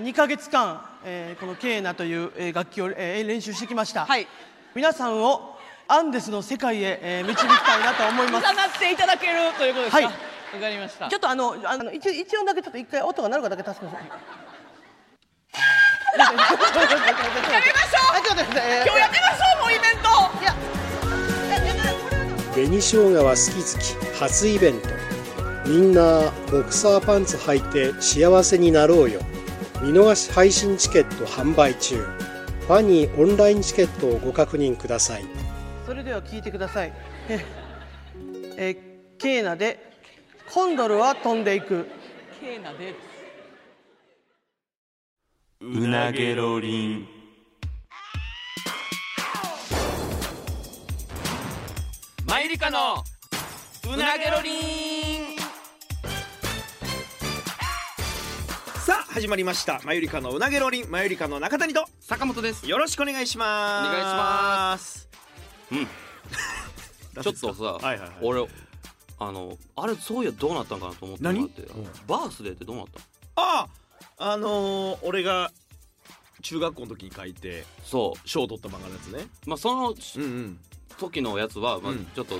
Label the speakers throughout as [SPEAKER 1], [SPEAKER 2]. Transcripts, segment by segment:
[SPEAKER 1] 2ヶ月間、えーこのケーナという、えー楽器を、えー練習してきました、
[SPEAKER 2] はい
[SPEAKER 1] 皆さんをアンデスの世界へ、えー導きたいなと思い
[SPEAKER 2] 重
[SPEAKER 1] ます
[SPEAKER 2] なっていただけるということですか
[SPEAKER 1] はい
[SPEAKER 2] わかりまし た
[SPEAKER 1] ちょっとあのあの一一音だけちょっと一回音が鳴るかだけ助けてくだ さい
[SPEAKER 2] やりましょう
[SPEAKER 1] あちょっと待ってくださいえー
[SPEAKER 2] 今日やってましょうもうイベント
[SPEAKER 1] いや
[SPEAKER 3] 紅生姜は好き好き初イベントみんなボクサーパンツ履いて幸せになろうよ見逃し配信チケット販売中ファニーオンラインチケットをご確認ください
[SPEAKER 1] それでは聞いてください えーえーケーナでコンドルは飛んでいく
[SPEAKER 2] ケーナで
[SPEAKER 4] うなげろりんマイリカのうなげろりん
[SPEAKER 5] さあ始まりましたマユリカのうなげロリンマユリカの中谷と
[SPEAKER 4] 坂本です
[SPEAKER 5] よろしくお願いします
[SPEAKER 4] お願いしますちょっとさ、
[SPEAKER 5] はいはいはい
[SPEAKER 4] 俺あのあれそういやどうなったんかなと思って
[SPEAKER 5] 何
[SPEAKER 4] もらってバースデーってどうなった
[SPEAKER 5] あああのー、俺が中学校の時に書いて
[SPEAKER 4] そ
[SPEAKER 5] 賞を取った漫画のやつね
[SPEAKER 4] うまあその
[SPEAKER 5] うんうん
[SPEAKER 4] 時のやつは、まあ
[SPEAKER 5] うん、
[SPEAKER 4] ちょっと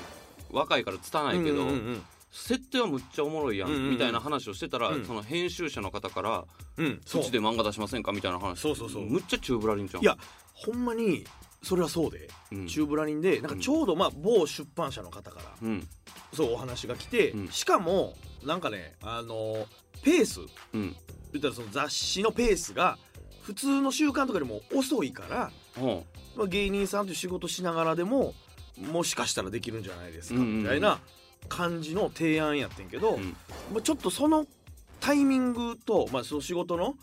[SPEAKER 4] 若いから拙いけど、
[SPEAKER 5] うんうん
[SPEAKER 4] 設定はむっちゃおもろいやん、
[SPEAKER 5] うんうんうん
[SPEAKER 4] みたいな話をしてたら、
[SPEAKER 5] うん
[SPEAKER 4] その編集者の方から
[SPEAKER 5] うんうん
[SPEAKER 4] 「
[SPEAKER 5] そう
[SPEAKER 4] うちで漫画出しませんか?」みたいな話
[SPEAKER 5] そうそうそう
[SPEAKER 4] むっちゃチューブラリンじゃん
[SPEAKER 5] いやほんまにそれはそうで、
[SPEAKER 4] うん
[SPEAKER 5] チューブラリンでなんかちょうどまあ某出版社の方から
[SPEAKER 4] うん
[SPEAKER 5] そうお話が来て、
[SPEAKER 4] うん
[SPEAKER 5] しかもなんかねあのペース
[SPEAKER 4] うん
[SPEAKER 5] 言ったらその雑誌のペースが普通の週刊とかよりも遅いから、
[SPEAKER 4] ほ
[SPEAKER 5] まあ、芸人さんという仕事しながらでももしかしたらできるんじゃないですか
[SPEAKER 4] うんうんうん
[SPEAKER 5] みたいな感じの提案やってんけど、
[SPEAKER 4] ううん
[SPEAKER 5] まあ、ちょっとそのタイミングと、まあ、その仕事の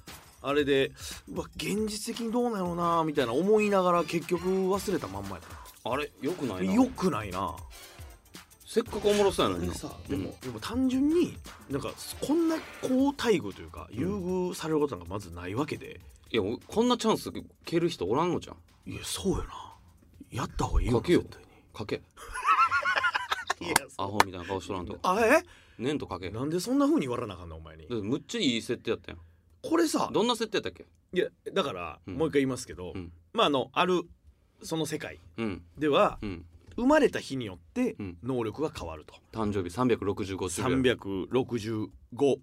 [SPEAKER 5] あれでうわ現実的にどうなのなみたいな思いながら結局忘れたまんまやっ
[SPEAKER 4] あれよくな
[SPEAKER 5] た
[SPEAKER 4] いな
[SPEAKER 5] よくないな
[SPEAKER 4] せっかくおもろそうやの
[SPEAKER 5] こ
[SPEAKER 4] に
[SPEAKER 5] れ
[SPEAKER 4] な
[SPEAKER 5] さ
[SPEAKER 4] う
[SPEAKER 5] で
[SPEAKER 4] ん
[SPEAKER 5] も,、でも単純になんかこんな好待遇というか優遇されることなんかまずないわけで、
[SPEAKER 4] いやおこんなチャンス蹴る人おらんのじゃん
[SPEAKER 5] いやそうやなやった方がいいよ
[SPEAKER 4] かけよ
[SPEAKER 5] 絶対に
[SPEAKER 4] かけ
[SPEAKER 5] いや
[SPEAKER 4] アホみたいな顔しとらんと
[SPEAKER 5] あえ
[SPEAKER 4] ねんとかけだ
[SPEAKER 5] なんでそんな風に言われなあかんのお前に
[SPEAKER 4] ってむっちゃいい設定やったやん
[SPEAKER 5] これさ
[SPEAKER 4] どんな設定やったっけ
[SPEAKER 5] いやだから、
[SPEAKER 4] うん
[SPEAKER 5] もう一回言いますけど、
[SPEAKER 4] うん
[SPEAKER 5] まああのあるその世界
[SPEAKER 4] うん
[SPEAKER 5] では、
[SPEAKER 4] うん
[SPEAKER 5] 生まれた日によって
[SPEAKER 4] うん
[SPEAKER 5] 能力が変わると、
[SPEAKER 4] 誕生日365週目
[SPEAKER 5] 365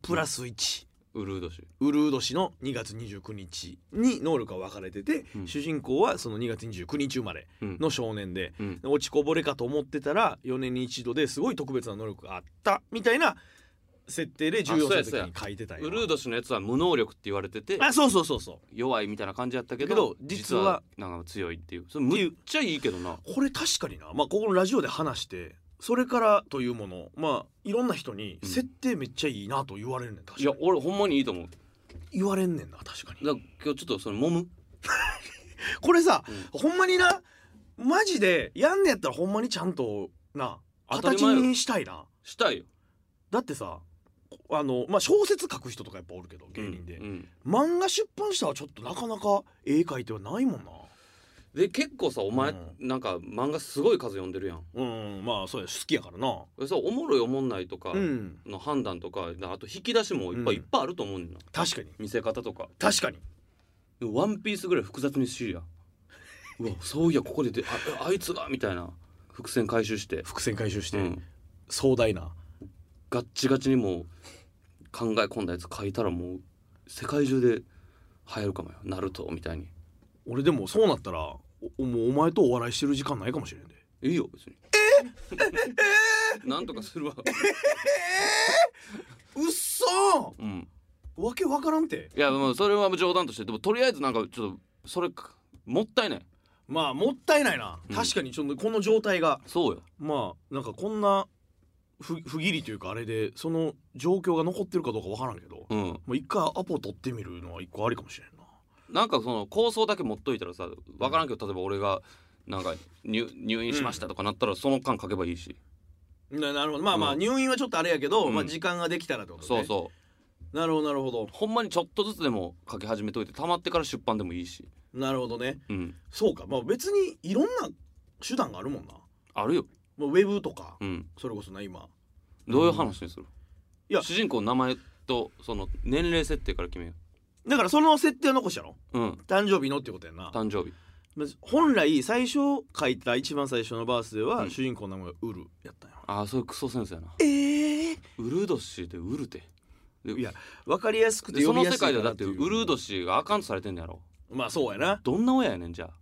[SPEAKER 5] プラス1、
[SPEAKER 4] ウルード氏
[SPEAKER 5] ウルード氏の2月29日に能力が分かれてて、
[SPEAKER 4] うん
[SPEAKER 5] 主人公はその2月29日生まれ
[SPEAKER 4] うん
[SPEAKER 5] の少年で、
[SPEAKER 4] うん
[SPEAKER 5] 落ちこぼれかと思ってたら4年に一度ですごい特別な能力があったみたいな設定で14歳の時に書いてたんや
[SPEAKER 4] ウルード氏のやつは無能力って言われてて
[SPEAKER 5] あそうそうそうそう
[SPEAKER 4] 弱いみたいな感じやったけ
[SPEAKER 5] け
[SPEAKER 4] ど
[SPEAKER 5] ど実は
[SPEAKER 4] なんか強いっていうそれむっちゃいいけどな
[SPEAKER 5] これ確かにな、まあ、ここのラジオで話してそれからというものまあいろんな人に
[SPEAKER 4] うん
[SPEAKER 5] 設定めっちゃいいなと言われるねん確
[SPEAKER 4] い
[SPEAKER 5] か
[SPEAKER 4] や
[SPEAKER 5] に
[SPEAKER 4] 俺ほんまにいいと思うだか
[SPEAKER 5] 言われんねんな確からに
[SPEAKER 4] 今日ちょっとその揉む
[SPEAKER 5] これさ、ほんまになマジでやんねやったらほんまにちゃんとな
[SPEAKER 4] 当たり
[SPEAKER 5] 形
[SPEAKER 4] 前よ
[SPEAKER 5] にしたいな
[SPEAKER 4] したいよ
[SPEAKER 5] だってさあのまあ小説書く人とかやっぱおるけど芸人で、
[SPEAKER 4] うんうん
[SPEAKER 5] 漫画出版社はちょっとなかなか絵描いてはないもんな
[SPEAKER 4] で結構さお前、
[SPEAKER 5] うん
[SPEAKER 4] なんか漫画すごい数読んでるやん
[SPEAKER 5] うんまあそうや好きやからな
[SPEAKER 4] でさおもろいおもんないとか
[SPEAKER 5] うん
[SPEAKER 4] の判断とか、あと引き出しもいっぱいい
[SPEAKER 5] うん
[SPEAKER 4] っぱいあると思うねんだ、
[SPEAKER 5] 確かに
[SPEAKER 4] 見せ方とか
[SPEAKER 5] 確かに
[SPEAKER 4] でもワンピースぐらい複雑にしやうわそういやここででああいつがみたいな伏線回収して、
[SPEAKER 5] 伏線回収し
[SPEAKER 4] う
[SPEAKER 5] て、
[SPEAKER 4] ん、
[SPEAKER 5] 壮大な
[SPEAKER 4] ガッチガチにもう考え込んだやつ書いたらもう世界中で流行るかもよナルトみたいに
[SPEAKER 5] 俺でもそうなったらおおもうお前とお笑いしてる時間ないかもしれんで
[SPEAKER 4] いいよ別にええなんとかするわ
[SPEAKER 5] うっそ
[SPEAKER 4] うん
[SPEAKER 5] わけわからんて
[SPEAKER 4] いやもうそれは冗談としてでもとりあえずなんかちょっとそれかもったいない
[SPEAKER 5] まあもったいないな、
[SPEAKER 4] うん
[SPEAKER 5] 確かにちょっとこの状態が
[SPEAKER 4] そうよ
[SPEAKER 5] まあなんかこんな不不義理というかあれでその状況が残ってるかどうかわからんけど、
[SPEAKER 4] うん
[SPEAKER 5] もう一回アポ取ってみるのは一個ありかもしれんな
[SPEAKER 4] なんかその構想だけ持っといたらさ分からんけど例えば俺がなんか入入院しましたとかなったらその間書けばいいし、
[SPEAKER 5] ななるほどまあまあ、
[SPEAKER 4] うん
[SPEAKER 5] 入院はちょっとあれやけど、
[SPEAKER 4] うん
[SPEAKER 5] まあ、時間ができたらってことね
[SPEAKER 4] そうそう
[SPEAKER 5] なるほどなるほど
[SPEAKER 4] うほんまにちょっとずつでも書き始めといて溜まってから出版でもいいし
[SPEAKER 5] なるほどね
[SPEAKER 4] うん
[SPEAKER 5] そうかまあ別にいろんな手段があるもんな、
[SPEAKER 4] あるよ
[SPEAKER 5] まあ、ウェブとか、
[SPEAKER 4] うん
[SPEAKER 5] それこそな今
[SPEAKER 4] どういう話にする、
[SPEAKER 5] いや
[SPEAKER 4] 主人公の名前とその年齢設定から決めよ
[SPEAKER 5] だからその設定を残したの
[SPEAKER 4] うん
[SPEAKER 5] 誕生日のってことやんな
[SPEAKER 4] 誕生日
[SPEAKER 5] まず本来最初書いた一番最初のバースでは、
[SPEAKER 4] うん
[SPEAKER 5] 主人公の名前がウルやったんよ
[SPEAKER 4] ああそういうクソセンスやな
[SPEAKER 5] ええ
[SPEAKER 4] ウルドシでウルテで
[SPEAKER 5] いやわかりやすくて
[SPEAKER 4] でそ
[SPEAKER 5] 読
[SPEAKER 4] の
[SPEAKER 5] みや
[SPEAKER 4] 世
[SPEAKER 5] すいか
[SPEAKER 4] 界で
[SPEAKER 5] な
[SPEAKER 4] はだって
[SPEAKER 5] いう
[SPEAKER 4] ウルード氏がアカンとされてんのやろ
[SPEAKER 5] まあそうやな
[SPEAKER 4] どんな親やねんじゃあ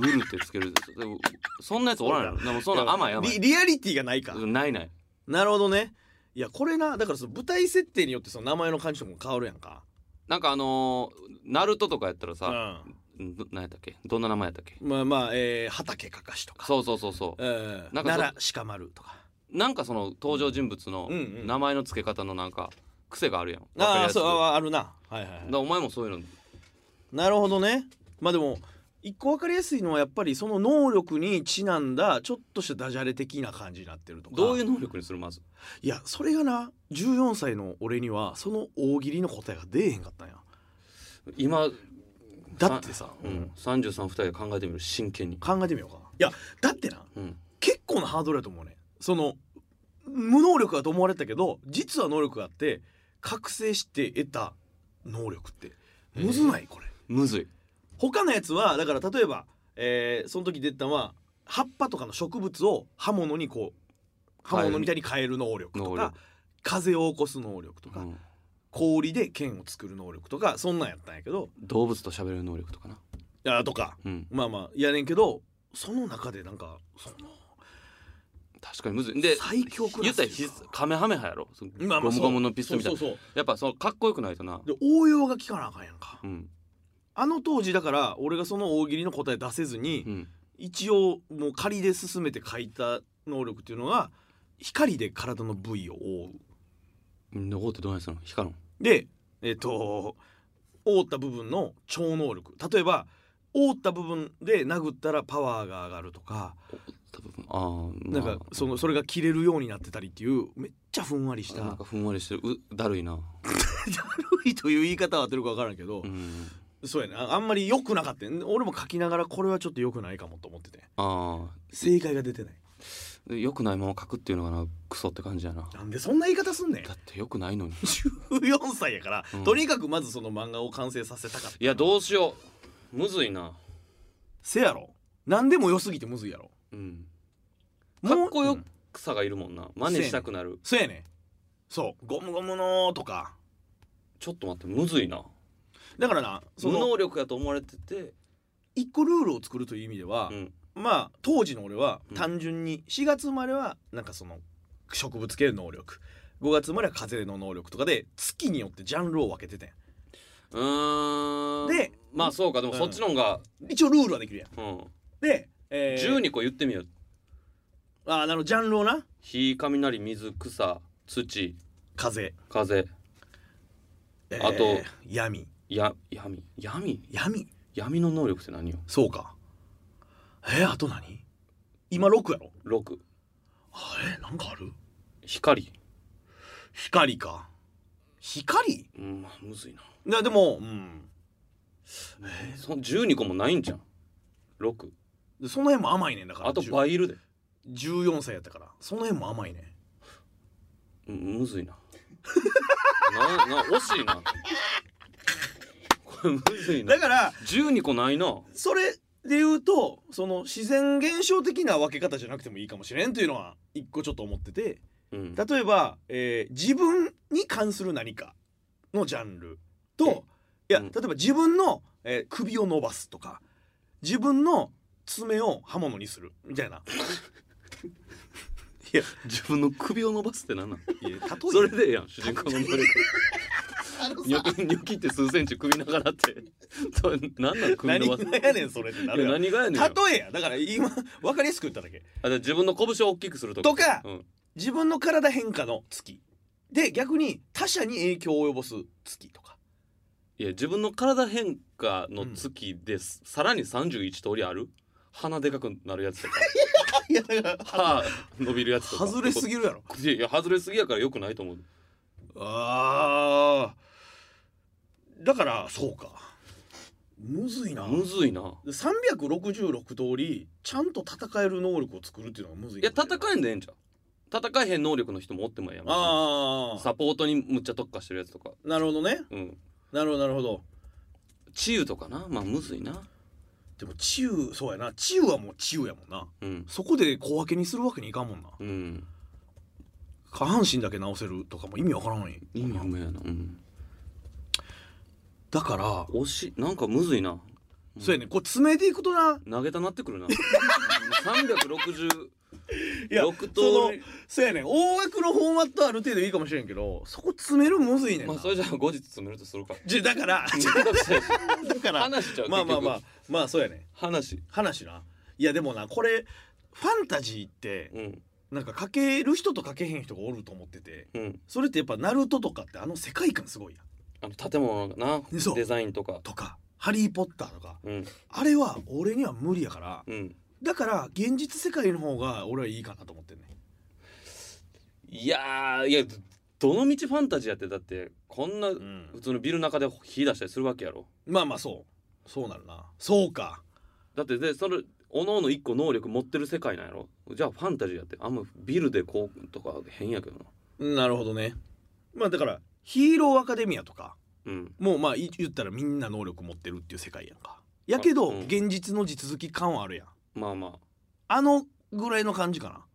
[SPEAKER 4] ウルってつけるでもそんなやつおらんやろでもそんな甘い甘
[SPEAKER 5] リ
[SPEAKER 4] い
[SPEAKER 5] リアリティがないか、
[SPEAKER 4] ないない
[SPEAKER 5] なるほどねいやこれなだからその舞台設定によってその名前の感じとかも変わるやんか
[SPEAKER 4] なんかあのー、ナルトとかやったら
[SPEAKER 5] う
[SPEAKER 4] さ、
[SPEAKER 5] ん
[SPEAKER 4] ん、ど何やったっけどんな名前やったっけ
[SPEAKER 5] まあまあ、えー、畑かかしとか
[SPEAKER 4] そうそうそうそう
[SPEAKER 5] うん
[SPEAKER 4] なんかそう
[SPEAKER 5] 奈良鹿丸とか
[SPEAKER 4] なんかその登場人物の
[SPEAKER 5] うんうん
[SPEAKER 4] 名前の付け方のなんか癖があるやんわかり
[SPEAKER 5] あ
[SPEAKER 4] や
[SPEAKER 5] あ
[SPEAKER 4] すく
[SPEAKER 5] そうああるなはいはい、
[SPEAKER 4] だからお前もそういうの
[SPEAKER 5] なるほどねまあでも一個分かりやすいのはやっぱりその能力にちなんだちょっとしたダジャレ的な感じになってるとか
[SPEAKER 4] どういう能力にするまず
[SPEAKER 5] いやそれがな14歳の俺にはその大喜利の答えが出えへんかったんや
[SPEAKER 4] 今
[SPEAKER 5] だってさ、
[SPEAKER 4] うん、332人で考えてみる真剣に、
[SPEAKER 5] 考えてみようかいやだってな
[SPEAKER 4] うん、
[SPEAKER 5] 結構なハードルやと思うねその無能力だと思われてたけど実は能力があって覚醒して得た能力ってむずないこれ
[SPEAKER 4] むずい
[SPEAKER 5] 他のやつはだから例えば、えーその時出てたのは葉っぱとかの植物を刃物にこう刃物みたいに変える能力と
[SPEAKER 4] 能
[SPEAKER 5] か
[SPEAKER 4] 力
[SPEAKER 5] 風を起こす能力とか、
[SPEAKER 4] うん
[SPEAKER 5] 氷で剣を作る能力とかそんなんやったんやけど
[SPEAKER 4] 動物と喋れる能力とかな
[SPEAKER 5] あーとか
[SPEAKER 4] うん
[SPEAKER 5] まあまあやねんけどその中でなんかその
[SPEAKER 4] 確かにむずいで
[SPEAKER 5] 最強ク
[SPEAKER 4] 言っ
[SPEAKER 5] ラス
[SPEAKER 4] たらひカメハメハやろその
[SPEAKER 5] まあ
[SPEAKER 4] ゴ
[SPEAKER 5] まあ
[SPEAKER 4] ムゴムのピストルみたいな
[SPEAKER 5] そうそう
[SPEAKER 4] やっぱそのかっこよくないとな
[SPEAKER 5] そうで応用が効かなあかんやんか
[SPEAKER 4] うん
[SPEAKER 5] あの当時だから俺がその大喜利の答え出せずに、
[SPEAKER 4] うん
[SPEAKER 5] 一応もう仮で進めて書いた能力っていうのが光で体の部位を覆う
[SPEAKER 4] 残ってどうやするの光るの
[SPEAKER 5] でえっ、と覆った部分の超能力例えば覆った部分で殴ったらパワーが上がるとか
[SPEAKER 4] 多分ああ
[SPEAKER 5] なんかそのそれが切れるようになってたりっていうめっちゃふんわりし
[SPEAKER 4] なん
[SPEAKER 5] た
[SPEAKER 4] かふんわりしてるうだるいな
[SPEAKER 5] 古いという言い方は合ってるか分からんけど
[SPEAKER 4] う、ん
[SPEAKER 5] そうやなあんまり良くなかったよ俺も書きながらこれはちょっと良くないかもと思ってて
[SPEAKER 4] あ
[SPEAKER 5] 正解が出てない
[SPEAKER 4] あよくないまま書くっていうのがなクソって感じやな
[SPEAKER 5] なんでそんな言い方すんねん
[SPEAKER 4] だってよくないの に
[SPEAKER 5] 14歳やから、
[SPEAKER 4] うん
[SPEAKER 5] とにかくまずその漫画を完成させたかった
[SPEAKER 4] いやどうしようむずいな
[SPEAKER 5] せやろ何でも良すぎてむずいやろ
[SPEAKER 4] うん
[SPEAKER 5] も
[SPEAKER 4] か
[SPEAKER 5] う
[SPEAKER 4] っこ
[SPEAKER 5] う
[SPEAKER 4] よ
[SPEAKER 5] ん
[SPEAKER 4] さがいるもんな真似したくなる
[SPEAKER 5] そうやねんそうゴムゴムのとか
[SPEAKER 4] ちょっと待ってむずいな
[SPEAKER 5] だからなそ
[SPEAKER 4] 無
[SPEAKER 5] の
[SPEAKER 4] 能力やと思われてて
[SPEAKER 5] 一個ルールを作るという意味では
[SPEAKER 4] う、ん
[SPEAKER 5] まあ当時の俺は
[SPEAKER 4] うん
[SPEAKER 5] 単純に4月生まれはなんかその植物系の能力5月生まれは風の能力とかで月によってジャンルを分けてて
[SPEAKER 4] うーん
[SPEAKER 5] で
[SPEAKER 4] まあそうかでも
[SPEAKER 5] うん
[SPEAKER 4] そっちの方が、
[SPEAKER 5] ん一応ルールはできるやん
[SPEAKER 4] うん
[SPEAKER 5] で、えー
[SPEAKER 4] 12個言ってみよう
[SPEAKER 5] あーなるほどジャンルをな
[SPEAKER 4] 火雷水草土
[SPEAKER 5] 風、
[SPEAKER 4] 風
[SPEAKER 5] え
[SPEAKER 4] あと
[SPEAKER 5] 闇
[SPEAKER 4] や闇闇
[SPEAKER 5] 闇
[SPEAKER 4] 闇の能力って何よ
[SPEAKER 5] そうかえー、あと何今6やろ
[SPEAKER 4] 6
[SPEAKER 5] あえー、なんかある
[SPEAKER 4] 光
[SPEAKER 5] 光か光
[SPEAKER 4] うんまあむずいな
[SPEAKER 5] なでもうん
[SPEAKER 4] そ12個もないんじゃん6
[SPEAKER 5] でその辺も甘いねんだから
[SPEAKER 4] あと
[SPEAKER 5] じゅ
[SPEAKER 4] 倍いるで、
[SPEAKER 5] 14歳やったからその辺も甘いね
[SPEAKER 4] うん、むずい ななな惜しいなこれむずいな
[SPEAKER 5] だから
[SPEAKER 4] 12個ないな
[SPEAKER 5] それで言うとその自然現象的な分け方じゃなくてもいいかもしれんというのは一個ちょっと思ってて
[SPEAKER 4] うん
[SPEAKER 5] 例えば、えー自分に関する何かのジャンルといや
[SPEAKER 4] う
[SPEAKER 5] 例
[SPEAKER 4] ん
[SPEAKER 5] えば自分の、えー首を伸ばすとか自分の爪を刃物にするみたいな。いや
[SPEAKER 4] 自分の首を伸ばすって何なん
[SPEAKER 5] いや例えば
[SPEAKER 4] それでええやん主人公の能力ニョキニ ョキって数センチ首長なって それ何なん首伸ば
[SPEAKER 5] 何
[SPEAKER 4] す
[SPEAKER 5] がやねんそれってなる
[SPEAKER 4] いや
[SPEAKER 5] やん
[SPEAKER 4] 何がやねんよ
[SPEAKER 5] 例えやだから今分かりやすく言っただけ
[SPEAKER 4] あじゃあ自分の拳を大きくすると
[SPEAKER 5] とか
[SPEAKER 4] うん、
[SPEAKER 5] 自分の体変化の月で逆に他者に影響を及ぼす月とか
[SPEAKER 4] いや自分の体変化の月です、さらに31通りある鼻でかくなるやつと か
[SPEAKER 5] いやだから
[SPEAKER 4] 歯伸びるやつとか
[SPEAKER 5] 外れすぎるやろ
[SPEAKER 4] いやいや外れすぎやからよくないと思う
[SPEAKER 5] あーだからそうかむずいな
[SPEAKER 4] むずいな
[SPEAKER 5] 366通りちゃんと戦える能力を作るっていうのがむずい
[SPEAKER 4] いや戦
[SPEAKER 5] え
[SPEAKER 4] えんでええんじゃん戦えへん能力の人もおってもええやん
[SPEAKER 5] ああ
[SPEAKER 4] サポートにむっちゃ特化してるやつとか
[SPEAKER 5] なるほどね
[SPEAKER 4] うん
[SPEAKER 5] なるほどなるほど
[SPEAKER 4] 治癒とかなまあむずいな
[SPEAKER 5] でも治癒そうやな治癒はもう治癒やもんな
[SPEAKER 4] うん
[SPEAKER 5] そこで小分けにするわけにいかんもんな
[SPEAKER 4] うん
[SPEAKER 5] 下半身だけ直せるとかも意味わからない
[SPEAKER 4] 意味不明やなうん
[SPEAKER 5] だから
[SPEAKER 4] 惜しいなんかむずいな
[SPEAKER 5] そうやねこう詰めていくとな
[SPEAKER 4] 投げたなってくるな 360
[SPEAKER 5] いや
[SPEAKER 4] 六
[SPEAKER 5] その
[SPEAKER 4] 刀流
[SPEAKER 5] そうやねん大枠のフォーマットはある程度いいかもしれんけどそこ詰めるむずいねんな、
[SPEAKER 4] まあそれじゃあ後日詰めるとする か
[SPEAKER 5] じゃだからだから
[SPEAKER 4] 話しちゃう
[SPEAKER 5] まあまあまあ
[SPEAKER 4] 結
[SPEAKER 5] まあそうやね
[SPEAKER 4] 話
[SPEAKER 5] 話ないやでもなこれファンタジーって
[SPEAKER 4] うん
[SPEAKER 5] なんか書ける人と書けへん人がおると思ってて
[SPEAKER 4] うん
[SPEAKER 5] それってやっぱナルトとかってあの世界観すごいやん
[SPEAKER 4] あの建物がな
[SPEAKER 5] そう
[SPEAKER 4] デザインとか
[SPEAKER 5] とか「ハリー・ポッター」とか
[SPEAKER 4] うん
[SPEAKER 5] あれは俺には無理やから
[SPEAKER 4] うん
[SPEAKER 5] だから現実世界の方が俺はいいかなと思ってんね
[SPEAKER 4] いやーいやどどの道ファンタジーやってだってこんな
[SPEAKER 5] うん
[SPEAKER 4] 普通のビルの中で火出したりするわけやろ
[SPEAKER 5] まあまあそうそうなるなそうか
[SPEAKER 4] だってでそれおのおの一個能力持ってる世界なんやろじゃあファンタジーやってあんまビルでこうとか変やけどな
[SPEAKER 5] なるほどねまあだからヒーローアカデミアとか
[SPEAKER 4] うん
[SPEAKER 5] もうまあい言ったらみんな能力持ってるっていう世界やんかやけど、
[SPEAKER 4] うん
[SPEAKER 5] 現実の地続き感はあるやん
[SPEAKER 4] まあま
[SPEAKER 5] あのぐらいの感じか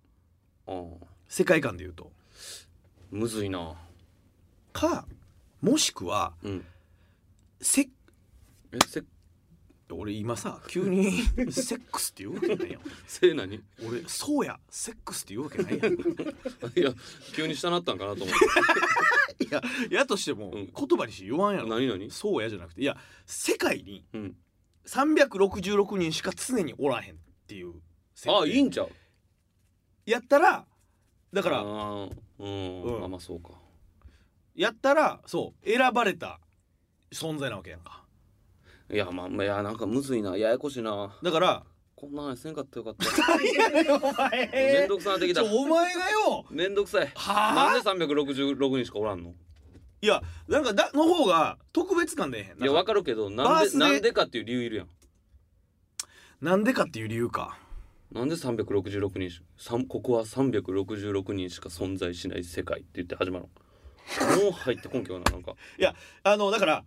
[SPEAKER 5] な
[SPEAKER 4] あうん
[SPEAKER 5] 世界観で言うと
[SPEAKER 4] むずいな
[SPEAKER 5] かもしくは
[SPEAKER 4] うん
[SPEAKER 5] せ
[SPEAKER 4] えせ
[SPEAKER 5] 俺今さ急に セックスって言うわけないやん
[SPEAKER 4] せ何 い
[SPEAKER 5] 俺そうやセックスって言うわけないやん
[SPEAKER 4] や急に下なったんかなと思って
[SPEAKER 5] いややとしても
[SPEAKER 4] う
[SPEAKER 5] 言
[SPEAKER 4] ん
[SPEAKER 5] 葉にして言わんやろ
[SPEAKER 4] 何何
[SPEAKER 5] そうやじゃなくていや世界に
[SPEAKER 4] うん
[SPEAKER 5] 366人しか常におらへんっていう設定
[SPEAKER 4] あいいんちゃう
[SPEAKER 5] やったらだから
[SPEAKER 4] あーうん、
[SPEAKER 5] うん
[SPEAKER 4] あまあそうか
[SPEAKER 5] やったらそう選ばれた存在なわけやんか
[SPEAKER 4] いやまあまあいやなんかむずいなややこしいな
[SPEAKER 5] だから
[SPEAKER 4] こんな話せんかったらよかっ
[SPEAKER 5] いやねんお
[SPEAKER 4] ためん
[SPEAKER 5] 前
[SPEAKER 4] どくさなってき
[SPEAKER 5] ち
[SPEAKER 4] た
[SPEAKER 5] ょお前がよ
[SPEAKER 4] めんどくさいなん
[SPEAKER 5] はあ
[SPEAKER 4] で366人しかおらんの
[SPEAKER 5] いやなんかだの方が特別感出えへん
[SPEAKER 4] いや
[SPEAKER 5] なん
[SPEAKER 4] わ
[SPEAKER 5] か
[SPEAKER 4] かるけど
[SPEAKER 5] バ
[SPEAKER 4] なん
[SPEAKER 5] ー
[SPEAKER 4] で
[SPEAKER 5] スデー
[SPEAKER 4] なんでかっていう理由いるやん
[SPEAKER 5] なんでかっていう理由か
[SPEAKER 4] なんで366人しさんここは366人しか存在しない世界って言って始まるのもう入ってこんけどななんか
[SPEAKER 5] あのだから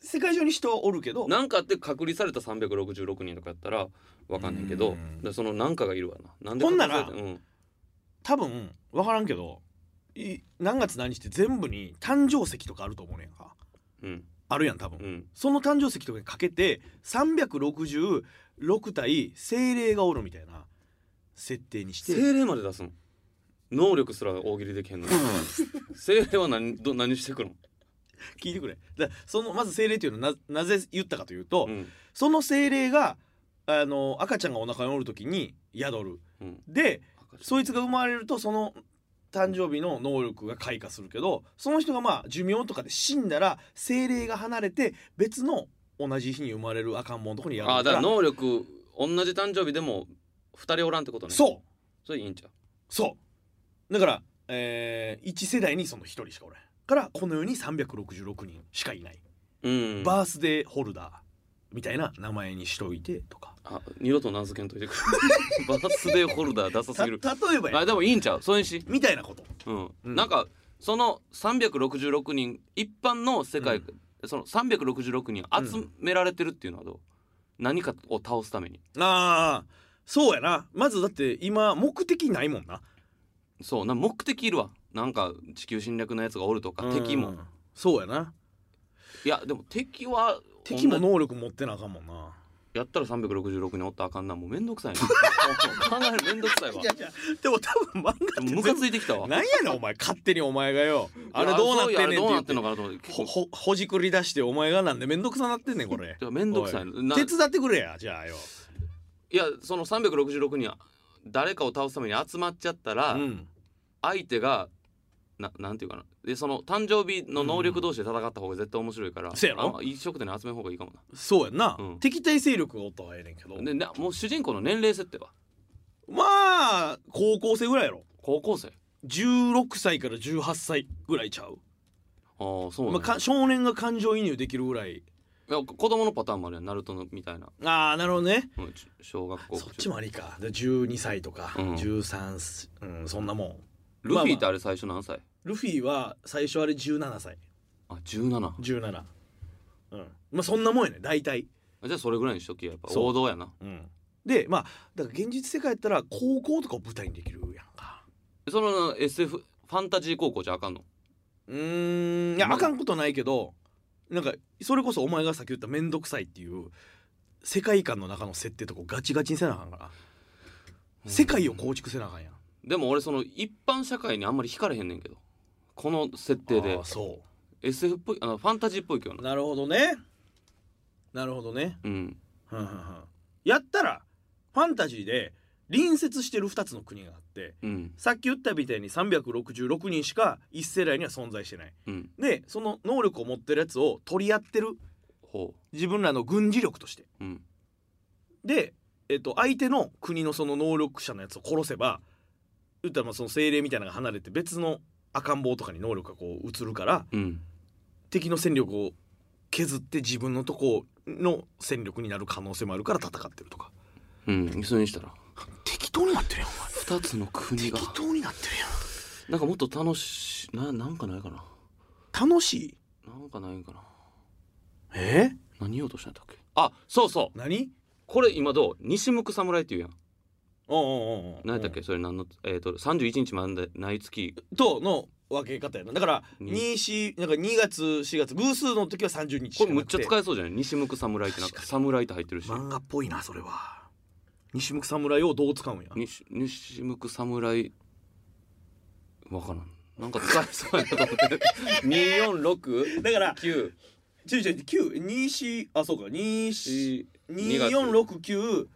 [SPEAKER 5] 世界中に人はおるけど
[SPEAKER 4] なんかあって隔離された366人とかやったらわかんないけど
[SPEAKER 5] う
[SPEAKER 4] だか
[SPEAKER 5] ん
[SPEAKER 4] らそのなんかがいるわななんで
[SPEAKER 5] ほんな
[SPEAKER 4] 隔離
[SPEAKER 5] ら
[SPEAKER 4] されてうん
[SPEAKER 5] 多分分からんけどい何月何日って全部に誕生石とかあると思うねんか
[SPEAKER 4] うん
[SPEAKER 5] あるやん多分、
[SPEAKER 4] うん
[SPEAKER 5] その誕生石とかにかけて366体精霊がおるみたいな設定にして
[SPEAKER 4] 精霊まで出すの能力すら大喜利できへんのに精霊は何ど何してくるの
[SPEAKER 5] 聞いてくれだそのまず精霊というのはななぜ言ったかというと、
[SPEAKER 4] うん
[SPEAKER 5] その精霊があの赤ちゃんがお腹におる時に宿る
[SPEAKER 4] うん
[SPEAKER 5] でそいつ
[SPEAKER 4] が
[SPEAKER 5] が生まれるとその誕生日の能力が開花するけどその人がまあ寿命とかで死んだら精霊が離れて別の同じ日に生まれる赤ん坊のとこに宿る
[SPEAKER 4] あ
[SPEAKER 5] か
[SPEAKER 4] あだからら能力同じ誕生日でも2人おらんってことねう
[SPEAKER 5] そう
[SPEAKER 4] それいいんちゃう
[SPEAKER 5] そうだから、え1世代にその1人しかおらんからこの世に366人しかいない、
[SPEAKER 4] うん
[SPEAKER 5] バースデーホルダーみたいな名前にしといてとか
[SPEAKER 4] あ二度と名付けんといてく れバースデーホルダーダサす
[SPEAKER 5] た
[SPEAKER 4] ぎ
[SPEAKER 5] 例
[SPEAKER 4] る
[SPEAKER 5] えばや
[SPEAKER 4] あでもいいんちゃうそれにし、
[SPEAKER 5] みたいなこと
[SPEAKER 4] うん
[SPEAKER 5] うん
[SPEAKER 4] なんかその366人一般の世界、その366人
[SPEAKER 5] う
[SPEAKER 4] 集められてるっていうのはどう、何かを倒すために
[SPEAKER 5] ああそうやなまずだって今目的ないもんな
[SPEAKER 4] そうな目的いるわなんか地球侵略のやつがおるとか敵
[SPEAKER 5] う
[SPEAKER 4] も
[SPEAKER 5] んそうやない
[SPEAKER 4] やでも敵は
[SPEAKER 5] 敵も
[SPEAKER 4] 同じ
[SPEAKER 5] 能力持ってなあかんもんな
[SPEAKER 4] やったら366人おったらあかんなもうめんどくさい な考えるのめんどくさいわ
[SPEAKER 5] いやでも多分漫画って
[SPEAKER 4] ムカついてきたわ
[SPEAKER 5] なんやねんお前勝手にお前がよあれ
[SPEAKER 4] いや
[SPEAKER 5] どうなってんねん
[SPEAKER 4] そう
[SPEAKER 5] って
[SPEAKER 4] やあれどうなっ
[SPEAKER 5] 言っ
[SPEAKER 4] て
[SPEAKER 5] て
[SPEAKER 4] んのかなと思って結
[SPEAKER 5] ほ
[SPEAKER 4] 構
[SPEAKER 5] ほほじくり出してお前がなんで面倒くさなってんねんこれ
[SPEAKER 4] いやめんどくさいのな
[SPEAKER 5] 手伝ってくれやじゃあよ、
[SPEAKER 4] いやその366人誰かを倒すために集まっちゃったら、
[SPEAKER 5] うん、
[SPEAKER 4] 相手がななんていうかなでその誕生日の能力同士で戦った方が絶対面白いから、
[SPEAKER 5] せやろ
[SPEAKER 4] あんま一色で集めん方がいいかも
[SPEAKER 5] そうやんな、
[SPEAKER 4] うん
[SPEAKER 5] 敵対勢力がおったらええねんけど
[SPEAKER 4] なでなもう主人公の年齢設定は
[SPEAKER 5] まあ高校生ぐらいやろ
[SPEAKER 4] 高校生
[SPEAKER 5] 16歳から18歳ぐらいちゃう、
[SPEAKER 4] ああそうな
[SPEAKER 5] まあ
[SPEAKER 4] んや
[SPEAKER 5] か少年が感情移入できるぐらい
[SPEAKER 4] いや子供のパターンもあるやんナルトのみたいな、
[SPEAKER 5] ああなるほどね
[SPEAKER 4] うんち小学校
[SPEAKER 5] そっちもありかで12歳とか、
[SPEAKER 4] うん
[SPEAKER 5] 13すうんそんなもん
[SPEAKER 4] ルフィって
[SPEAKER 5] まあまあ
[SPEAKER 4] あれ最初何歳、
[SPEAKER 5] ルフィは最初あれ17歳
[SPEAKER 4] あ17
[SPEAKER 5] 17うん、まあそんなもんやね大体、
[SPEAKER 4] じゃあそれぐらいにしときやっぱ
[SPEAKER 5] そう
[SPEAKER 4] 王道やな
[SPEAKER 5] うん、でまあだから現実世界やったら高校とかを舞台にできるやんか
[SPEAKER 4] その SF ファンタジー高校じゃあかんの
[SPEAKER 5] うーんいやあかんことないけどなんかそれこそお前がさっき言った面倒くさいっていう世界観の中の設定とかをガチガチにせなあかんから、世界を構築せなあかんやん
[SPEAKER 4] でも俺その一般社会にあんまり惹かれへんねんけどこの設定で
[SPEAKER 5] あーそ
[SPEAKER 4] SF っぽいあのファンタジーっぽいけど
[SPEAKER 5] う
[SPEAKER 4] な
[SPEAKER 5] なるほどねなるほどね
[SPEAKER 4] うん
[SPEAKER 5] はんはんはんやったらファンタジーで隣接してる2つの国があって
[SPEAKER 4] うん
[SPEAKER 5] さっき言ったみたいに366人しか一世代には存在してない
[SPEAKER 4] うん
[SPEAKER 5] でその能力を持ってるやつを取り合ってる
[SPEAKER 4] ほ
[SPEAKER 5] 自分らの軍事力として
[SPEAKER 4] ううん
[SPEAKER 5] で、えっと、相手の国のその能力者のやつを殺せば言ったらまあその精霊みたいなのが離れて別の赤ん坊とかに能力がこう移るから
[SPEAKER 4] うん
[SPEAKER 5] 敵の戦力を削って自分のとこの戦力になる可能性もあるから戦ってるとか
[SPEAKER 4] うんそれにしたら
[SPEAKER 5] 適当になってるやんお
[SPEAKER 4] 2
[SPEAKER 5] 前
[SPEAKER 4] つの国が
[SPEAKER 5] 適当になってる
[SPEAKER 4] なんかもっと楽しいななんかないかな
[SPEAKER 5] やん楽しい
[SPEAKER 4] なんかないんかな
[SPEAKER 5] え
[SPEAKER 4] 何言おうとしたんだっけあそうそう
[SPEAKER 5] 何
[SPEAKER 4] これ今どう西向く侍っていうやん
[SPEAKER 5] うんうんうんうん
[SPEAKER 4] 何やったっけそれ何のえっ、と31日までない月
[SPEAKER 5] との分け方やなだから
[SPEAKER 4] に
[SPEAKER 5] 2しなんか2月4月偶数の時は30日し
[SPEAKER 4] こ
[SPEAKER 5] か
[SPEAKER 4] れ
[SPEAKER 5] な
[SPEAKER 4] むっ
[SPEAKER 5] く
[SPEAKER 4] ちゃ
[SPEAKER 5] て
[SPEAKER 4] 使えそうじゃない西向く侍ってなんか侍って入ってるし
[SPEAKER 5] 漫画っぽいなそれは西向く侍をどう使うんや
[SPEAKER 4] 西西向く侍わからんなんか使えそうやなと思って2469
[SPEAKER 5] だからちょいちょい九二四あそうか二四二四六九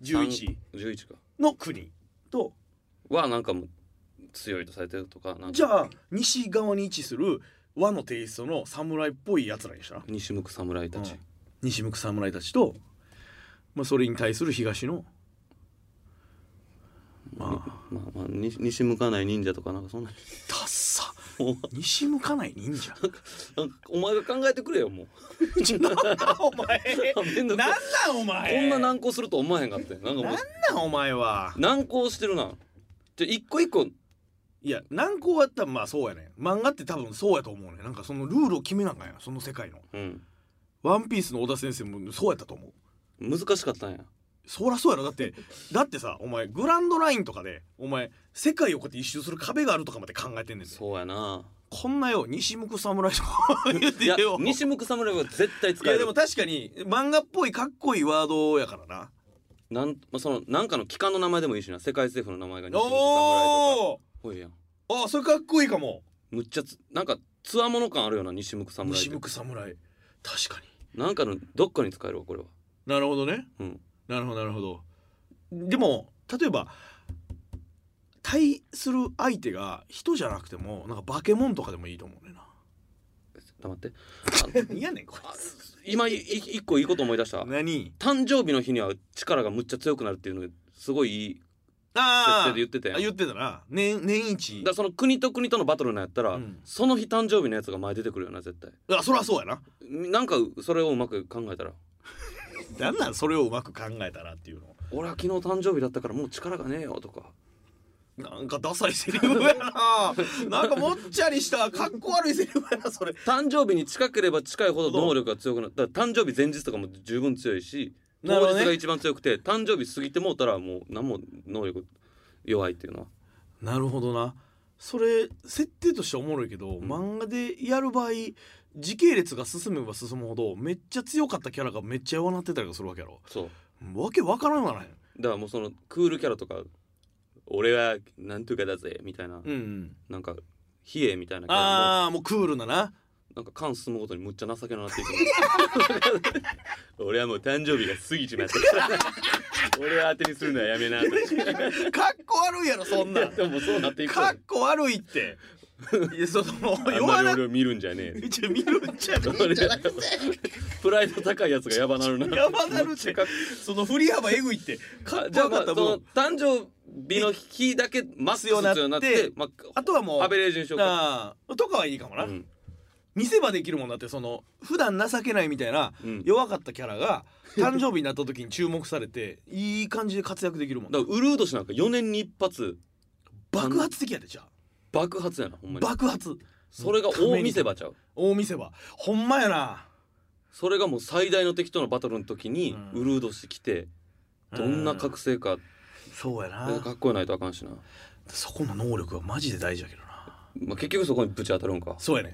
[SPEAKER 5] 十一
[SPEAKER 4] 11か
[SPEAKER 5] の国と
[SPEAKER 4] はなんかもう強いとされてるとかなんか
[SPEAKER 5] じゃあ西側に位置する和のテイストの侍っぽいやつらにした
[SPEAKER 4] 西向く侍たち、
[SPEAKER 5] うん西向く侍たちと、まあ、それに対する東のまあ
[SPEAKER 4] まあまあ西西向かない忍者とかなんかそんな
[SPEAKER 5] ダッサ
[SPEAKER 4] もう
[SPEAKER 5] 西向かない忍者
[SPEAKER 4] なんかお前が考えてくれよもう
[SPEAKER 5] お前
[SPEAKER 4] めんど
[SPEAKER 5] なん
[SPEAKER 4] くさい
[SPEAKER 5] なんお前
[SPEAKER 4] こんな難航すると思わへんかったよなんかも
[SPEAKER 5] な
[SPEAKER 4] うん
[SPEAKER 5] なんお前は
[SPEAKER 4] 難航してるなじゃあ一個一個
[SPEAKER 5] いや難航やったらまあそうやねん漫画って多分そうやと思うねんなんかそのルールを決めなあかんやその世界の
[SPEAKER 4] うん
[SPEAKER 5] ワンピースの小田先生もそうやったと思う
[SPEAKER 4] 難しかったんや
[SPEAKER 5] そらそうやろだってだってさお前グランドラインとかでお前世界をこうやって一周する壁があるとかまで考えてんねんで
[SPEAKER 4] そうやな
[SPEAKER 5] こんなよ西向く侍とか言って
[SPEAKER 4] いや
[SPEAKER 5] よいや
[SPEAKER 4] 西向く侍は絶対使え
[SPEAKER 5] で
[SPEAKER 4] る
[SPEAKER 5] も確かに漫画っぽいかっこいいワードやからな
[SPEAKER 4] なんまあそのなんかの機関の名前でもいいしな世界政府の名前が西向く侍とか
[SPEAKER 5] おお
[SPEAKER 4] ほいやん
[SPEAKER 5] あそれかっこいいかも
[SPEAKER 4] むっちゃつなんかつわもの感あるような西向く侍
[SPEAKER 5] 西
[SPEAKER 4] って
[SPEAKER 5] 向く侍確かに
[SPEAKER 4] なんかのどっかに使えるわこれは
[SPEAKER 5] なるほどね
[SPEAKER 4] うん
[SPEAKER 5] なるほどなるほどでも例えば対する相手が人じゃなくてもなんか化け物とかでもいいと思うねんな
[SPEAKER 4] 黙って
[SPEAKER 5] いやねんこい
[SPEAKER 4] あ
[SPEAKER 5] つ
[SPEAKER 4] 今いい一個いいこと思い出した
[SPEAKER 5] 何
[SPEAKER 4] 誕生日の日には力がむっちゃ強くなるっていうのがすごいいい設
[SPEAKER 5] あ
[SPEAKER 4] 定
[SPEAKER 5] あ
[SPEAKER 4] で言ってたやん
[SPEAKER 5] あ言ってたな年年一
[SPEAKER 4] だからその国と国とのバトルなんやったら、
[SPEAKER 5] うん
[SPEAKER 4] その日誕生日のやつが前出てくるよな絶対
[SPEAKER 5] あそりゃそうやな
[SPEAKER 4] なんかそれをうまく考えたら
[SPEAKER 5] なんなんそれをうまく考えたらっていうの
[SPEAKER 4] 俺は昨日誕生日だったからもう力がねえよとか
[SPEAKER 5] なんかダサいセリフや ななんかもっちゃりしたかっこ悪いセリフやなそれ
[SPEAKER 4] 誕生日に近ければ近いほど能力が強くなるだから誕生日前日とかも十分強いし
[SPEAKER 5] なるほ
[SPEAKER 4] 当
[SPEAKER 5] どね
[SPEAKER 4] 日が一番強くて、誕生日過ぎてもうたらもう何も能力弱いっていうのは
[SPEAKER 5] なるほどなそれ設定としてはおもろいけど、漫画でやる場合時系列が進めば進むほどめっちゃ強かったキャラがめっちゃ弱なってたりとかするわけやろ
[SPEAKER 4] そう
[SPEAKER 5] わけわからんわない
[SPEAKER 4] だからもうそのクールキャラとか俺はなんとかだぜみたいな、
[SPEAKER 5] うん、うん、
[SPEAKER 4] なんか比叡みたいなキャラも
[SPEAKER 5] ああもうクールなな
[SPEAKER 4] なんか缶進むごとにむっちゃ情けななっていくの 俺はもう誕生日が過ぎちまった 俺は当てにするのはやめなと か
[SPEAKER 5] か っこ悪いやろそんなん
[SPEAKER 4] でもそうなっていく
[SPEAKER 5] かっこ悪いって いやその
[SPEAKER 4] あんま
[SPEAKER 5] 弱
[SPEAKER 4] り
[SPEAKER 5] な
[SPEAKER 4] 俺を見るんじゃねえ
[SPEAKER 5] めちゃ見るんちゃう
[SPEAKER 4] 俺はプライド高いやつがやばなるな
[SPEAKER 5] やばなるってその振り幅えぐいってかっ
[SPEAKER 4] じ
[SPEAKER 5] こ
[SPEAKER 4] ゃあま
[SPEAKER 5] よか
[SPEAKER 4] あ
[SPEAKER 5] っ
[SPEAKER 4] そ
[SPEAKER 5] た
[SPEAKER 4] の
[SPEAKER 5] 分
[SPEAKER 4] 誕生日の日だけマックス強になって
[SPEAKER 5] 必要になって
[SPEAKER 4] ま
[SPEAKER 5] あとはもう
[SPEAKER 4] アベレージにしようか、
[SPEAKER 5] ああとかはいいかもな、
[SPEAKER 4] うん
[SPEAKER 5] 見せばできるもんだってその普段情けないみたいな
[SPEAKER 4] うん
[SPEAKER 5] 弱かったキャラが誕生日になった時に注目されていい感じで活躍できるもん
[SPEAKER 4] だからウルード氏なんか4年に一発
[SPEAKER 5] 爆発的やでじゃあ
[SPEAKER 4] 爆発やなほんまに
[SPEAKER 5] 爆発
[SPEAKER 4] それが大見せ場ちゃう
[SPEAKER 5] 大見せばほんまやな
[SPEAKER 4] それがもう最大の敵とのバトルの時に
[SPEAKER 5] うん
[SPEAKER 4] うるうどしてきてどんな覚醒か
[SPEAKER 5] そうやな
[SPEAKER 4] かっこよないとあかんしな、
[SPEAKER 5] そこの能力はマジで大事だけどな
[SPEAKER 4] まあ、結局そこにぶち当たるんか
[SPEAKER 5] そうやねん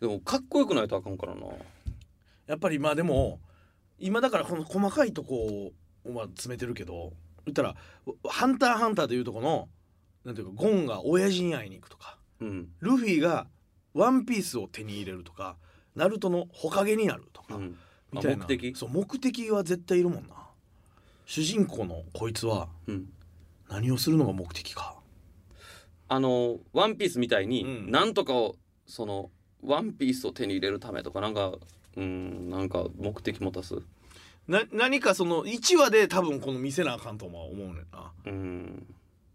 [SPEAKER 4] でもかっこよくないとあかんからな
[SPEAKER 5] やっぱりまあでも今だからこの細かいとこをまあ詰めてるけど言ったら「ハンターハンター」というとこのなんていうかゴンが親父に会いに行くとか
[SPEAKER 4] うん
[SPEAKER 5] ルフィがワンピースを手に入れるとかナルトの火影になるとか、
[SPEAKER 4] うん
[SPEAKER 5] みたいな
[SPEAKER 4] あ目的
[SPEAKER 5] そう目的は絶対いるもんな主人公のこいつは
[SPEAKER 4] うん
[SPEAKER 5] 何をするのが目的か
[SPEAKER 4] あの「ワンピースみたいに、
[SPEAKER 5] うん
[SPEAKER 4] なんとかをその「ワンピースを手に入れるためとかなんかうんなんか目的持たす
[SPEAKER 5] な何かその1話で多分この見せなあかんとも思うねんな、
[SPEAKER 4] うん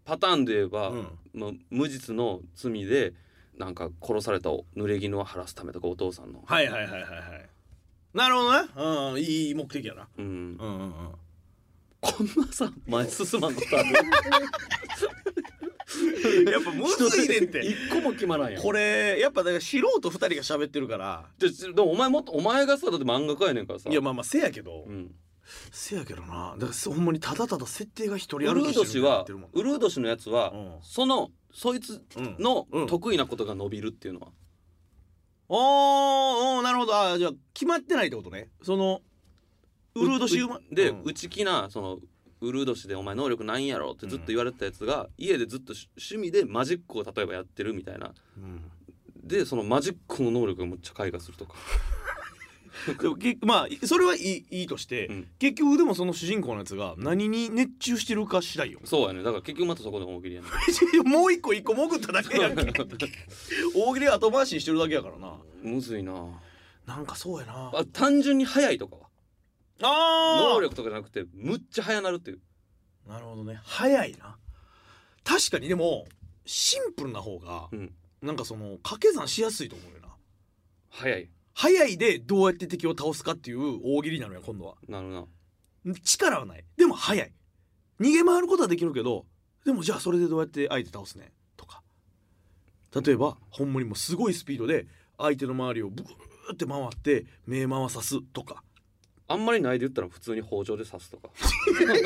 [SPEAKER 4] パターンで言えば、
[SPEAKER 5] うん
[SPEAKER 4] まあ、無実の罪でなんか殺された濡れ衣を晴らすためとかお父さんの、
[SPEAKER 5] はいはいはいはいはいなるほどね、うんうん、いい目的やな
[SPEAKER 4] うん、
[SPEAKER 5] うんうんうん
[SPEAKER 4] こんなさ前進まんことある
[SPEAKER 5] やっぱむずいねん って
[SPEAKER 4] 一個も決まらんやん
[SPEAKER 5] これやっぱだから素人2人が喋ってるから
[SPEAKER 4] じゃちでもお前もっとお前がさだって漫画家やねんからさ
[SPEAKER 5] いやまあまあせやけど、
[SPEAKER 4] うん、
[SPEAKER 5] せやけどなだからそほんまにただただ設定が一
[SPEAKER 4] ウ
[SPEAKER 5] 人
[SPEAKER 4] ル
[SPEAKER 5] 歩き
[SPEAKER 4] ード
[SPEAKER 5] し
[SPEAKER 4] 氏
[SPEAKER 5] てるみたいにな
[SPEAKER 4] は
[SPEAKER 5] ってるもん
[SPEAKER 4] ウルード氏のやつは、
[SPEAKER 5] うん
[SPEAKER 4] そのそいつ
[SPEAKER 5] うん
[SPEAKER 4] の
[SPEAKER 5] うん
[SPEAKER 4] 得意なことが伸びるっていうのは、
[SPEAKER 5] おーおーなるほどあーじゃあ決まってないってことねそのウルード氏生ま
[SPEAKER 4] うで、
[SPEAKER 5] うん
[SPEAKER 4] 内気なそのウルード氏でお前能力ないんやろってずっと言われてたやつが、家でずっとし趣味でマジックを例えばやってるみたいな
[SPEAKER 5] うん
[SPEAKER 4] でそのマジックの能力がむっちゃ開花するとか
[SPEAKER 5] でもけまあそれはいいいいとして、
[SPEAKER 4] うん
[SPEAKER 5] 結局でもその主人公のやつが何に熱中してるか次第よ
[SPEAKER 4] そうやねだから結局またそこで大喜利やね
[SPEAKER 5] もう一個一個潜っただけやんけ大喜利後回しにしてるだけやからな
[SPEAKER 4] むずいな
[SPEAKER 5] なんかそうやな
[SPEAKER 4] あ単純に速いとかは
[SPEAKER 5] あー
[SPEAKER 4] 能力とかじゃなくてむっちゃ速なるっていう
[SPEAKER 5] なるほどね早いな確かにでもシンプルな方が、
[SPEAKER 4] うん
[SPEAKER 5] なんかその掛け算しやすいと思うよな
[SPEAKER 4] 速い
[SPEAKER 5] 早いでどうやって敵を倒すかっていう大喜利なのよ今度は
[SPEAKER 4] なるな
[SPEAKER 5] 力はないでも早い逃げ回ることはできるけどでもじゃあそれでどうやって相手倒すねんとか例えばほんまにもうすごいスピードで相手の周りをブーって回って目回さすとか
[SPEAKER 4] あんまりないで言ったら普通に包丁で刺すとか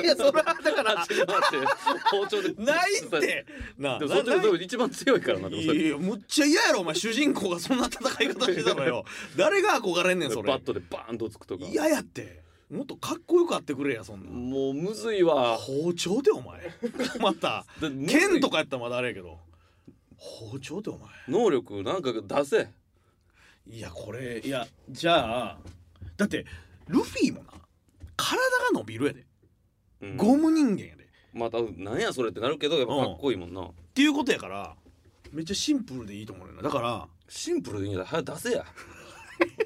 [SPEAKER 5] いやそれは だか
[SPEAKER 4] あ違う待って包丁で
[SPEAKER 5] ないってなあ
[SPEAKER 4] でもそっちの
[SPEAKER 5] な
[SPEAKER 4] 多分一番強いからなでも
[SPEAKER 5] い
[SPEAKER 4] そ
[SPEAKER 5] や
[SPEAKER 4] れ
[SPEAKER 5] いやむっちゃ嫌やろお前主人公がそんな戦い方してたのよ誰が憧れんねんそ
[SPEAKER 4] バ
[SPEAKER 5] れ
[SPEAKER 4] ットでバーンとつくとか
[SPEAKER 5] 嫌やってもっとかっこよくあってくれやそんなん
[SPEAKER 4] もうむずいわ
[SPEAKER 5] 包丁で お前また
[SPEAKER 4] でむずい
[SPEAKER 5] 剣とかやったらまだあれやけど包丁でお前
[SPEAKER 4] 能力なんか出せ
[SPEAKER 5] いやこれいやじゃあだってルフィもな体が伸びるやで
[SPEAKER 4] うん
[SPEAKER 5] ゴム人間やで、
[SPEAKER 4] またなんやそれってなるけどやっぱかっこいいもんな
[SPEAKER 5] っていうことやからめっちゃシンプルでいいと思うよなだから
[SPEAKER 4] シンプルでいいんだ早く出せや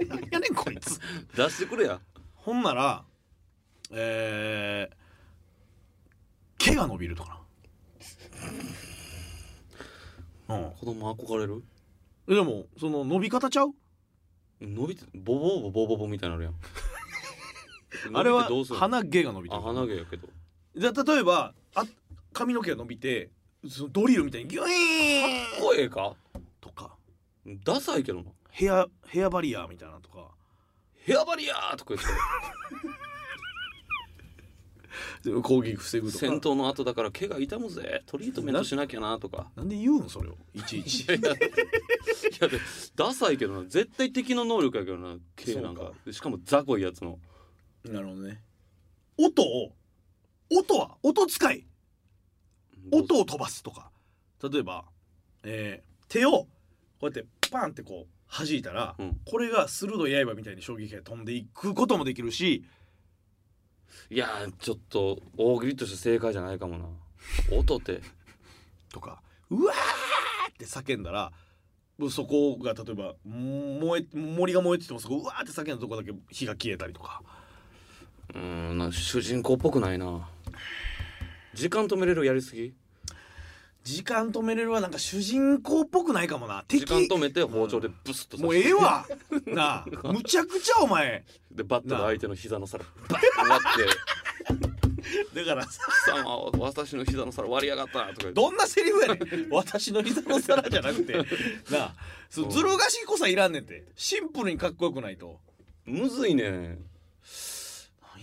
[SPEAKER 5] 何やねんこい つ
[SPEAKER 4] 出してくれや
[SPEAKER 5] ほんなら、えー、毛が伸びるとか な。うん
[SPEAKER 4] 子供憧れる
[SPEAKER 5] え。でも、その伸び方ちゃう
[SPEAKER 4] 伸びてボボボボボボみたいになるやん
[SPEAKER 5] あれ
[SPEAKER 4] 伸び
[SPEAKER 5] は
[SPEAKER 4] てどうするの
[SPEAKER 5] 鼻毛が伸びて
[SPEAKER 4] あ
[SPEAKER 5] る。
[SPEAKER 4] 鼻毛やけど
[SPEAKER 5] じゃあ例えばあ、髪の毛が伸びて、そのドリルみたいにギュイーン
[SPEAKER 4] 声か
[SPEAKER 5] とか、
[SPEAKER 4] ダサいけどな
[SPEAKER 5] ヘア、ヘアバリアーみたいなのとか。
[SPEAKER 4] ヘアバリアーとか言って
[SPEAKER 5] で攻撃防ぐとか。
[SPEAKER 4] 戦闘の後だから毛が痛むぜトリートメントしなきゃなとか
[SPEAKER 5] なんで言うんそれを。いちい ち。
[SPEAKER 4] いやいやでダサいけどな絶対敵の能力やけどな毛なん
[SPEAKER 5] そ
[SPEAKER 4] か
[SPEAKER 5] う
[SPEAKER 4] しかも雑魚いやつの
[SPEAKER 5] なるほどね。音を、音は、音使い音を飛ばすとか例えば、えー手をこうやってパンってこう弾いたら、
[SPEAKER 4] うん
[SPEAKER 5] これが鋭い刃みたいに衝撃が飛んでいくこともできるし
[SPEAKER 4] いやちょっと大喜利として正解じゃないかもな音って
[SPEAKER 5] とかうわーって叫んだらもうそこが例えば燃え森が燃えててもそこうわーって叫んだとこだけ火が消えたりとか
[SPEAKER 4] うーんなんか主人公っぽくないな時間止めれるやりすぎ
[SPEAKER 5] 時間止めれるはなんか主人公っぽくないかもな
[SPEAKER 4] 時
[SPEAKER 5] 敵
[SPEAKER 4] 間止めて包丁でブスッと刺して
[SPEAKER 5] もうえ えわなあむちゃくちゃお前
[SPEAKER 4] でバットで相手の膝の皿バッ割って
[SPEAKER 5] だからさ
[SPEAKER 4] 「貴様は私の膝の皿割りやがった」とか言って
[SPEAKER 5] どんなセリフやね ん私の膝の皿じゃなくてなあそう
[SPEAKER 4] うん
[SPEAKER 5] ずる賢さいらんねんてシンプルにかっこよくないと
[SPEAKER 4] むずいねん
[SPEAKER 5] なんや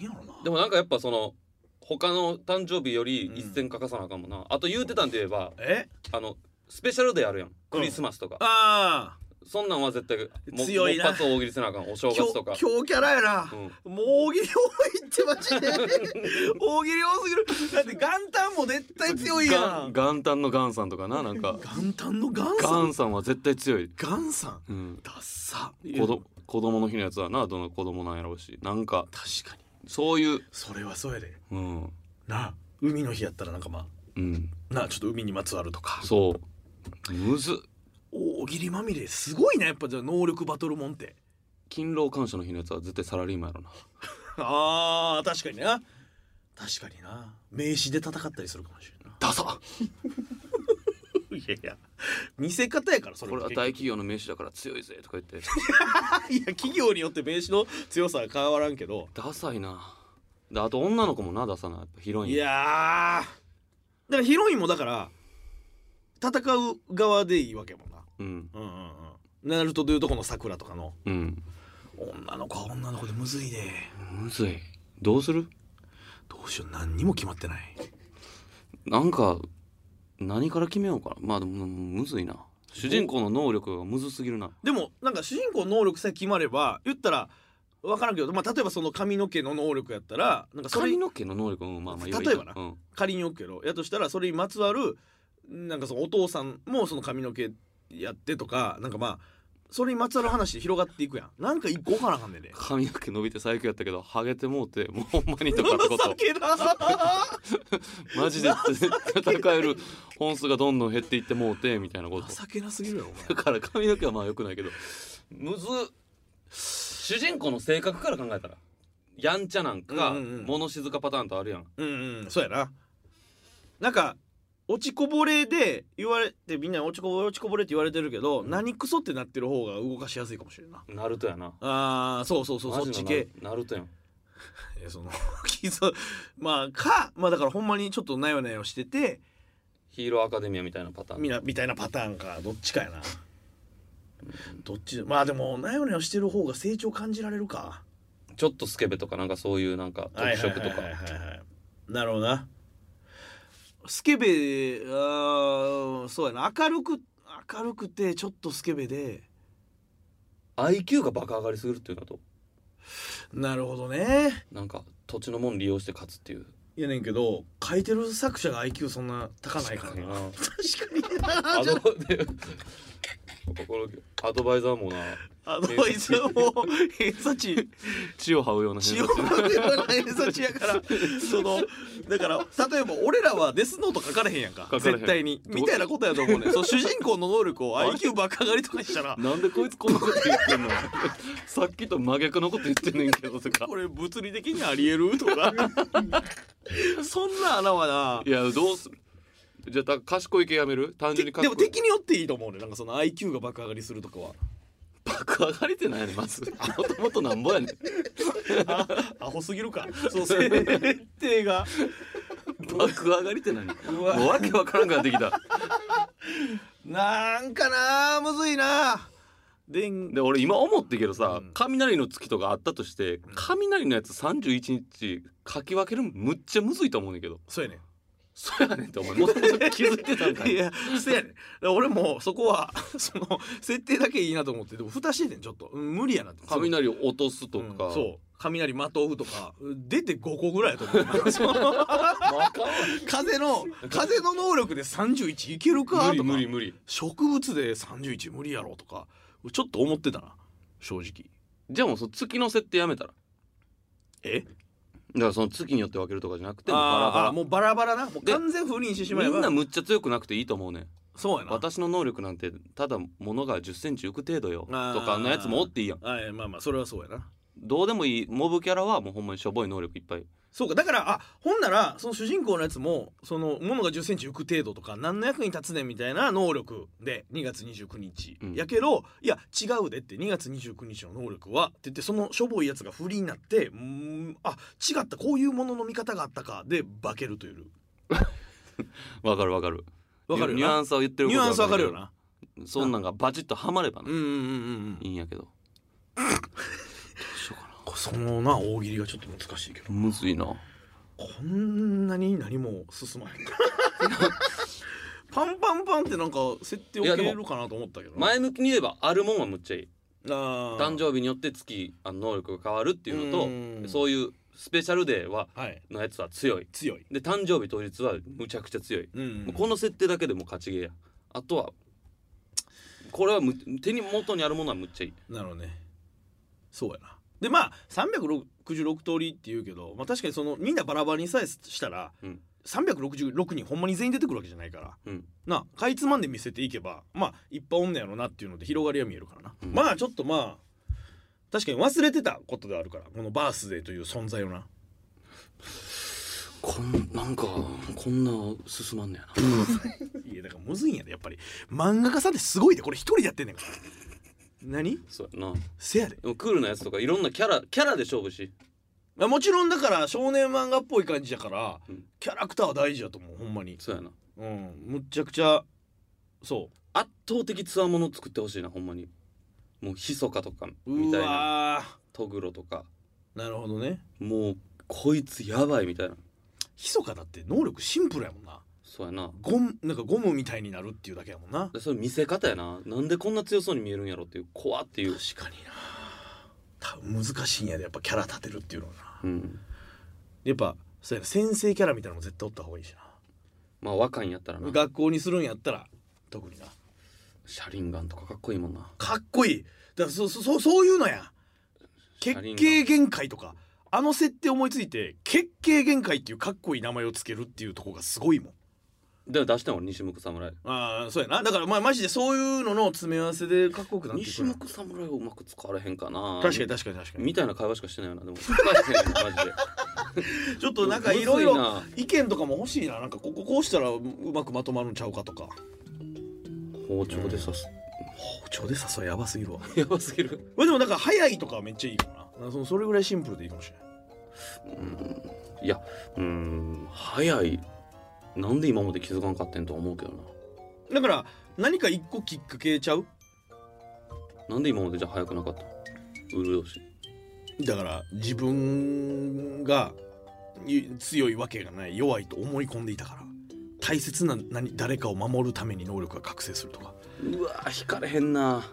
[SPEAKER 5] ろな
[SPEAKER 4] でもなんかやっぱその他の誕生日より一線欠かさなあかんもんな、あと言うてたんで言えば
[SPEAKER 5] え
[SPEAKER 4] あのスペシャルデーあるやんクリスマスとか、
[SPEAKER 5] ああ
[SPEAKER 4] そんなんは絶対も
[SPEAKER 5] 強いな
[SPEAKER 4] もっぱつ大喜利せなあかんお正月とか
[SPEAKER 5] 強強キャラやな、もう大喜利多いってマ ジで大喜利多すぎるだって元旦も絶対強いや
[SPEAKER 4] がん
[SPEAKER 5] ん
[SPEAKER 4] 元旦の元さんとかななん か
[SPEAKER 5] 元旦の元さん
[SPEAKER 4] 元さんは絶対強い、
[SPEAKER 5] 元さん
[SPEAKER 4] うん、
[SPEAKER 5] ダッサ
[SPEAKER 4] 子ど子供の日のやつはなどの子供なんやろうしなんか
[SPEAKER 5] 確かに
[SPEAKER 4] そういう
[SPEAKER 5] それはそうやで
[SPEAKER 4] うん
[SPEAKER 5] なあ海の日やったらなんかま
[SPEAKER 4] うん
[SPEAKER 5] あなあちょっと海にまつわるとか
[SPEAKER 4] そうむずっ
[SPEAKER 5] 大喜利まみれすごいなやっぱじゃあ能力バトルもんって
[SPEAKER 4] 勤労感謝の日のやつは絶対サラリーマンやろな
[SPEAKER 5] あー確かにな確かにな名刺で戦ったりするかもしれん
[SPEAKER 4] ダサ
[SPEAKER 5] ないいやいや見せ方やからそれ
[SPEAKER 4] これは大企業の名刺だから強いぜとか言って
[SPEAKER 5] いや企業によって名刺の強さは変わらんけど
[SPEAKER 4] ダサいなであと女の子もなダサなやっぱヒロイ
[SPEAKER 5] い
[SPEAKER 4] ン
[SPEAKER 5] やーだからヒロインもだから戦う側でいいわけやもんな
[SPEAKER 4] うん
[SPEAKER 5] うんうんうんナルトでいうとこの桜とかの
[SPEAKER 4] うん
[SPEAKER 5] 女の子は女の子でむずいで
[SPEAKER 4] むずいどうする
[SPEAKER 5] どうしよう何にも決まってない
[SPEAKER 4] なんか何から決めようかなまあでもむずいな主人公の能力がむずすぎるな
[SPEAKER 5] でもなんか主人公の能力さえ決まれば言ったら分からんけど、まあ、例えばその髪の毛の能力やったらなんかそれ
[SPEAKER 4] 髪の毛の能力うんまあまあいいわ
[SPEAKER 5] 例えばな
[SPEAKER 4] うん
[SPEAKER 5] 仮におくけどやとしたらそれにまつわるなんかそのお父さんもその髪の毛やってとかなんかまあそれにまつわる話で広がっていくやんなんか一個分からんかんねん で
[SPEAKER 4] 髪の毛伸びて最悪やったけどハゲてもうてもうほんま にとかってこ
[SPEAKER 5] 情
[SPEAKER 4] と
[SPEAKER 5] けなさ
[SPEAKER 4] マジで戦える本数がどんどん減っていってもうてみたいなこと
[SPEAKER 5] 情けなすぎるよ
[SPEAKER 4] だから髪の毛はまあ良くないけどむずっ主人公の性格から考えたらやんちゃなんか、
[SPEAKER 5] うんうんうん
[SPEAKER 4] 物静かパターンとあるやん
[SPEAKER 5] お前うんうんそうやななんか落ちこぼれで言われてみんな落ちこぼれ落ちこぼれって言われてるけど、何クソってなってる方が動かしやすいかもしれんな
[SPEAKER 4] ナルトやな
[SPEAKER 5] あーそうそうそうそっち系
[SPEAKER 4] マジのナナルトやん
[SPEAKER 5] えーその 傷まあかまあだからほんまにちょっとなよなよしてて
[SPEAKER 4] ヒーローアカデミアみたいなパターン
[SPEAKER 5] みなみたいなパターンかどっちかやなどっちまあでもなよなよしてる方が成長感じられるか
[SPEAKER 4] ちょっとスケベとかなんかそういうなんか特色とか
[SPEAKER 5] はいはいはいはいはいなるほどなスケベあーそうやな明るく明るくてちょっとスケベで
[SPEAKER 4] IQ がバカ上がりすぎるっていうのと
[SPEAKER 5] なるほどね
[SPEAKER 4] なんか土地のもん利用して勝つっていう
[SPEAKER 5] いやねんけど書いてる作者が IQ そんな高ないからな
[SPEAKER 4] な
[SPEAKER 5] 確かにな
[SPEAKER 4] アドバアドバイザーもな
[SPEAKER 5] あのいつも偏差値
[SPEAKER 4] 血を這うような
[SPEAKER 5] 血を
[SPEAKER 4] 偏差値
[SPEAKER 5] 飲んでもらえんそっちやからそのだから例えば俺らはデスノート書かれへんやんか
[SPEAKER 4] かれへん
[SPEAKER 5] 絶対にみたいなことやと思うね んそう主人公の能力を IQ 爆上がりとかにしたら
[SPEAKER 4] なんでこいつこんなこと言ってんの さっきと真逆のこと言ってんねんけどとか
[SPEAKER 5] これ物理的にありえると かそんな穴はい
[SPEAKER 4] やどうするじゃあだ賢い系やめる単
[SPEAKER 5] なて
[SPEAKER 4] 純に
[SPEAKER 5] で
[SPEAKER 4] 賢い
[SPEAKER 5] も敵によっていいと思うねんなんかその IQ が爆上がりするとかは
[SPEAKER 4] 爆上がりてないねんまずもともとなんぼやねん
[SPEAKER 5] あアホすぎるかその設定が
[SPEAKER 4] 爆上がりてないねん
[SPEAKER 5] う
[SPEAKER 4] も
[SPEAKER 5] わ
[SPEAKER 4] うわけわからんくなってきた
[SPEAKER 5] なんかなむずいなでん
[SPEAKER 4] で俺今思ってけどさ、
[SPEAKER 5] うん
[SPEAKER 4] 雷の月とかあったとして雷のやつ31日書き分けるんむっちゃむずいと思うねんけど
[SPEAKER 5] そうやねん
[SPEAKER 4] そやねんってお前もともと 気づいてたんか
[SPEAKER 5] い
[SPEAKER 4] い
[SPEAKER 5] やせやねん俺もそこは その設定だけいいなと思ってでも蓋しててんちょっと、うん無理やなって
[SPEAKER 4] 雷を落とすとか、
[SPEAKER 5] うんそう雷まとうとか出て5個ぐらいやと 思う その
[SPEAKER 4] まああかんわ
[SPEAKER 5] 風の風の能力で31いけるか
[SPEAKER 4] 無理
[SPEAKER 5] とか
[SPEAKER 4] 無理無理
[SPEAKER 5] 植物で31無理やろとかちょっと思ってたな正直
[SPEAKER 4] じゃあもうその月の設定やめたら
[SPEAKER 5] え
[SPEAKER 4] だからその月によって分けるとかじゃなくてもうバラバ
[SPEAKER 5] あ
[SPEAKER 4] ラ
[SPEAKER 5] あもうバラバラなもう
[SPEAKER 4] で
[SPEAKER 5] 完全不倫してしまえ
[SPEAKER 4] み
[SPEAKER 5] ば
[SPEAKER 4] んなむっちゃ強くなくていいと思うねん
[SPEAKER 5] そうやな
[SPEAKER 4] 私の能力なんてただ物が1 0ンチ浮く程度よと
[SPEAKER 5] あー
[SPEAKER 4] かのやつもおっていいやん
[SPEAKER 5] はいまあまあそれはそうやな
[SPEAKER 4] どうでもいいモブキャラはもうほんまにしょぼい能力いっぱい
[SPEAKER 5] そうかだからあほんならその主人公のやつもそのものが1 0ンチ浮く程度とか何の役に立つねんみたいな能力で2月29日、
[SPEAKER 4] うん
[SPEAKER 5] やけどいや違うでって2月29日の能力はって言ってそのしょぼいやつが不利になってうーんあ違ったこういうものの見方があったかで化けるという
[SPEAKER 4] わかるわかる
[SPEAKER 5] わかるよ
[SPEAKER 4] ニュニ
[SPEAKER 5] な
[SPEAKER 4] ュアンスは言ってる
[SPEAKER 5] ニ
[SPEAKER 4] こと
[SPEAKER 5] ュアンスわかるよ
[SPEAKER 4] わ
[SPEAKER 5] な
[SPEAKER 4] けどそんなんがバチッとはまればな、
[SPEAKER 5] うんうんうんうん
[SPEAKER 4] いいんやけどどうしよう
[SPEAKER 5] そのな大喜利がちょっと難しいけど
[SPEAKER 4] むずいな
[SPEAKER 5] こんなに何も進まへん パンパンパンってなんか設定を
[SPEAKER 4] いやで
[SPEAKER 5] 切
[SPEAKER 4] も
[SPEAKER 5] れるかなと思ったけどな
[SPEAKER 4] 前向きに言えばあるもんはむっちゃいい
[SPEAKER 5] あー
[SPEAKER 4] 誕生日によって月あの能力が変わるっていう
[SPEAKER 5] う
[SPEAKER 4] の
[SPEAKER 5] ん
[SPEAKER 4] とそういうスペシャルデーは
[SPEAKER 5] はい
[SPEAKER 4] のやつは強い
[SPEAKER 5] 強い
[SPEAKER 4] で誕生日当日はむちゃくちゃ強い、
[SPEAKER 5] うん
[SPEAKER 4] もうこの設定だけでもう勝ちゲーやあとはこれはむ手に元にあるものはむっちゃいい
[SPEAKER 5] なるほどねそうやなでまあ366通りって言うけど、まあ、確かにそのみんなバラバラにさえしたら、
[SPEAKER 4] うん
[SPEAKER 5] 366人ほんまに全員出てくるわけじゃないから
[SPEAKER 4] うん
[SPEAKER 5] なあかいつまんで見せていけばまあいっぱいおんねやろなっていうので広がりは見えるからな、
[SPEAKER 4] うん
[SPEAKER 5] まあちょっとまあ確かに忘れてたことではあるからこのバースデーという存在をな
[SPEAKER 4] こんなんかこんな進まんねやない
[SPEAKER 5] やだからむずいんやでやっぱり漫画家さんってすごいでこれ一人でやってんねんから何
[SPEAKER 4] そうやな
[SPEAKER 5] せやで
[SPEAKER 4] でもクールなやつとかいろんなキャラキャラで勝負し
[SPEAKER 5] まあもちろんだから少年漫画っぽい感じやから、
[SPEAKER 4] うん
[SPEAKER 5] キャラクターは大事やと思うほんまに
[SPEAKER 4] そうやな
[SPEAKER 5] うんむっちゃくちゃそ
[SPEAKER 4] 圧倒的つわもの作ってほしいなほんまにもうひそかとか
[SPEAKER 5] う
[SPEAKER 4] み
[SPEAKER 5] う
[SPEAKER 4] たいな
[SPEAKER 5] わ
[SPEAKER 4] トグロとか
[SPEAKER 5] ーなるほどね
[SPEAKER 4] もうこいつやばいみたいな
[SPEAKER 5] 密かだって能力シンプルやもんな
[SPEAKER 4] そうやな
[SPEAKER 5] ゴムなんかゴムみたいになるっていうだけやもんな
[SPEAKER 4] でそれ見せ方やななんでこんな強そうに見えるんやろっていう怖っていう、
[SPEAKER 5] 確かにな多分難しいんやでやっぱキャラ立てるっていうのはな
[SPEAKER 4] うん、
[SPEAKER 5] やっぱそうやな先生キャラみたいなのも絶対おった方がいいし
[SPEAKER 4] まあ若いんやったら
[SPEAKER 5] な
[SPEAKER 4] な
[SPEAKER 5] 学校にするんやったら特にな
[SPEAKER 4] シャリンガンとかかっこいいもんな
[SPEAKER 5] かっこいいだからそそそうそういうのや
[SPEAKER 4] 車輪
[SPEAKER 5] 血
[SPEAKER 4] が
[SPEAKER 5] 形限界とかあの設定思いついて血形限界っていうかっこいい名前をつけるっていうとこがすごいもん
[SPEAKER 4] でも出したの俺西向く侍
[SPEAKER 5] ああそうやなだからまあマジでそういうのの詰め合わせでかっこよくなって
[SPEAKER 4] 西
[SPEAKER 5] くる
[SPEAKER 4] 向く侍をうまく使われへんかな
[SPEAKER 5] 確かに確かに確かに
[SPEAKER 4] みたいな会話しかしてないよ なでも使えへんよマジで
[SPEAKER 5] ちょっとなんかいろい
[SPEAKER 4] むずい
[SPEAKER 5] ろ
[SPEAKER 4] な
[SPEAKER 5] 意見とかも欲しいななんかこここうしたらうまくまとまるんちゃうかとか
[SPEAKER 4] 包丁で刺す、
[SPEAKER 5] 包丁でさそれやばすぎるわ
[SPEAKER 4] やばすぎる
[SPEAKER 5] まあでもなんか早いとかはめっちゃいいかもななんかそのそれぐらいシンプルでいいかもしれない
[SPEAKER 4] いやうーん早いなんで今まで気づかんかってんとは思うけどな
[SPEAKER 5] だから何か一個きっかけちゃう
[SPEAKER 4] なんで今までじゃ早くなかった潤し
[SPEAKER 5] だから自分がい強いわけがない弱いと思い込んでいたから大切な何誰かを守るために能力が覚醒するとか
[SPEAKER 4] うわー引かれへんな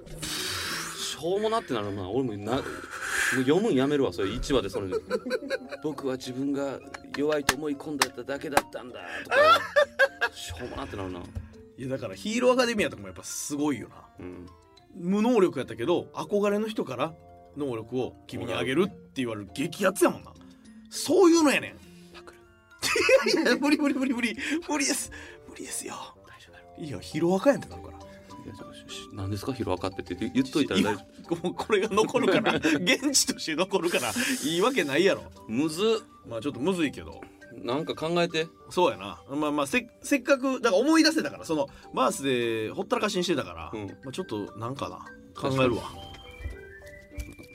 [SPEAKER 4] しょうもなってなるな俺もなもう読むんやめるわそれ市場でそれ僕は自分が弱いと思い込んだだけだったんだとかしょうもなってなるない
[SPEAKER 5] やだからヒーローアカデミアとかもやっぱすごいよな
[SPEAKER 4] うん
[SPEAKER 5] 無能力やったけど憧れの人から能力を君にあげるって言われる激アツやもんなそういうのやねん
[SPEAKER 4] パクる
[SPEAKER 5] いやいや無理無理無理無理無理です無理ですよ
[SPEAKER 4] 大丈夫だろ
[SPEAKER 5] いやヒロアカやんってなるから
[SPEAKER 4] いやちょしし何ですかヒロアカってって言言っといたら大丈
[SPEAKER 5] 今もうこれが残るから 現地として残るからいいわけないやろ
[SPEAKER 4] 夫むず
[SPEAKER 5] まあちょっとむずいけど
[SPEAKER 4] っなんか考えて
[SPEAKER 5] そうやなまあまあせせっかくだから思い出せたからそのバースでほったらかしにしてたから、
[SPEAKER 4] うん
[SPEAKER 5] まあ、ちょっとなんかな考えるわ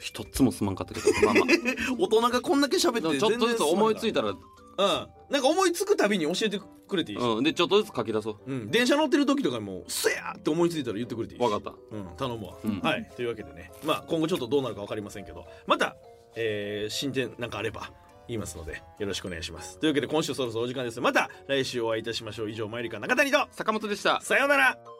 [SPEAKER 4] 一つもすまんかったけどまあまあで
[SPEAKER 5] 大人がこんだけ喋っ
[SPEAKER 4] も
[SPEAKER 5] て
[SPEAKER 4] ちょっとずつ思いつい
[SPEAKER 5] た
[SPEAKER 4] たら
[SPEAKER 5] うんなんか思いつくたびに教えてくれていいし、
[SPEAKER 4] うんでちょっとずつ書き出そう
[SPEAKER 5] うん電車乗ってる時とかにも「すや!」って思いついたら言ってくれていいし
[SPEAKER 4] わかった
[SPEAKER 5] うん、頼むわ、
[SPEAKER 4] うん
[SPEAKER 5] はいというわけでねまあ今後ちょっとどうなるか分かりませんけどまた、えー進展なんかあれば言いますのでよろしくお願いしますというわけで今週そろそろお時間ですまた来週お会いいたしましょう以上マイリカ中谷と
[SPEAKER 4] 坂本でした
[SPEAKER 5] さようなら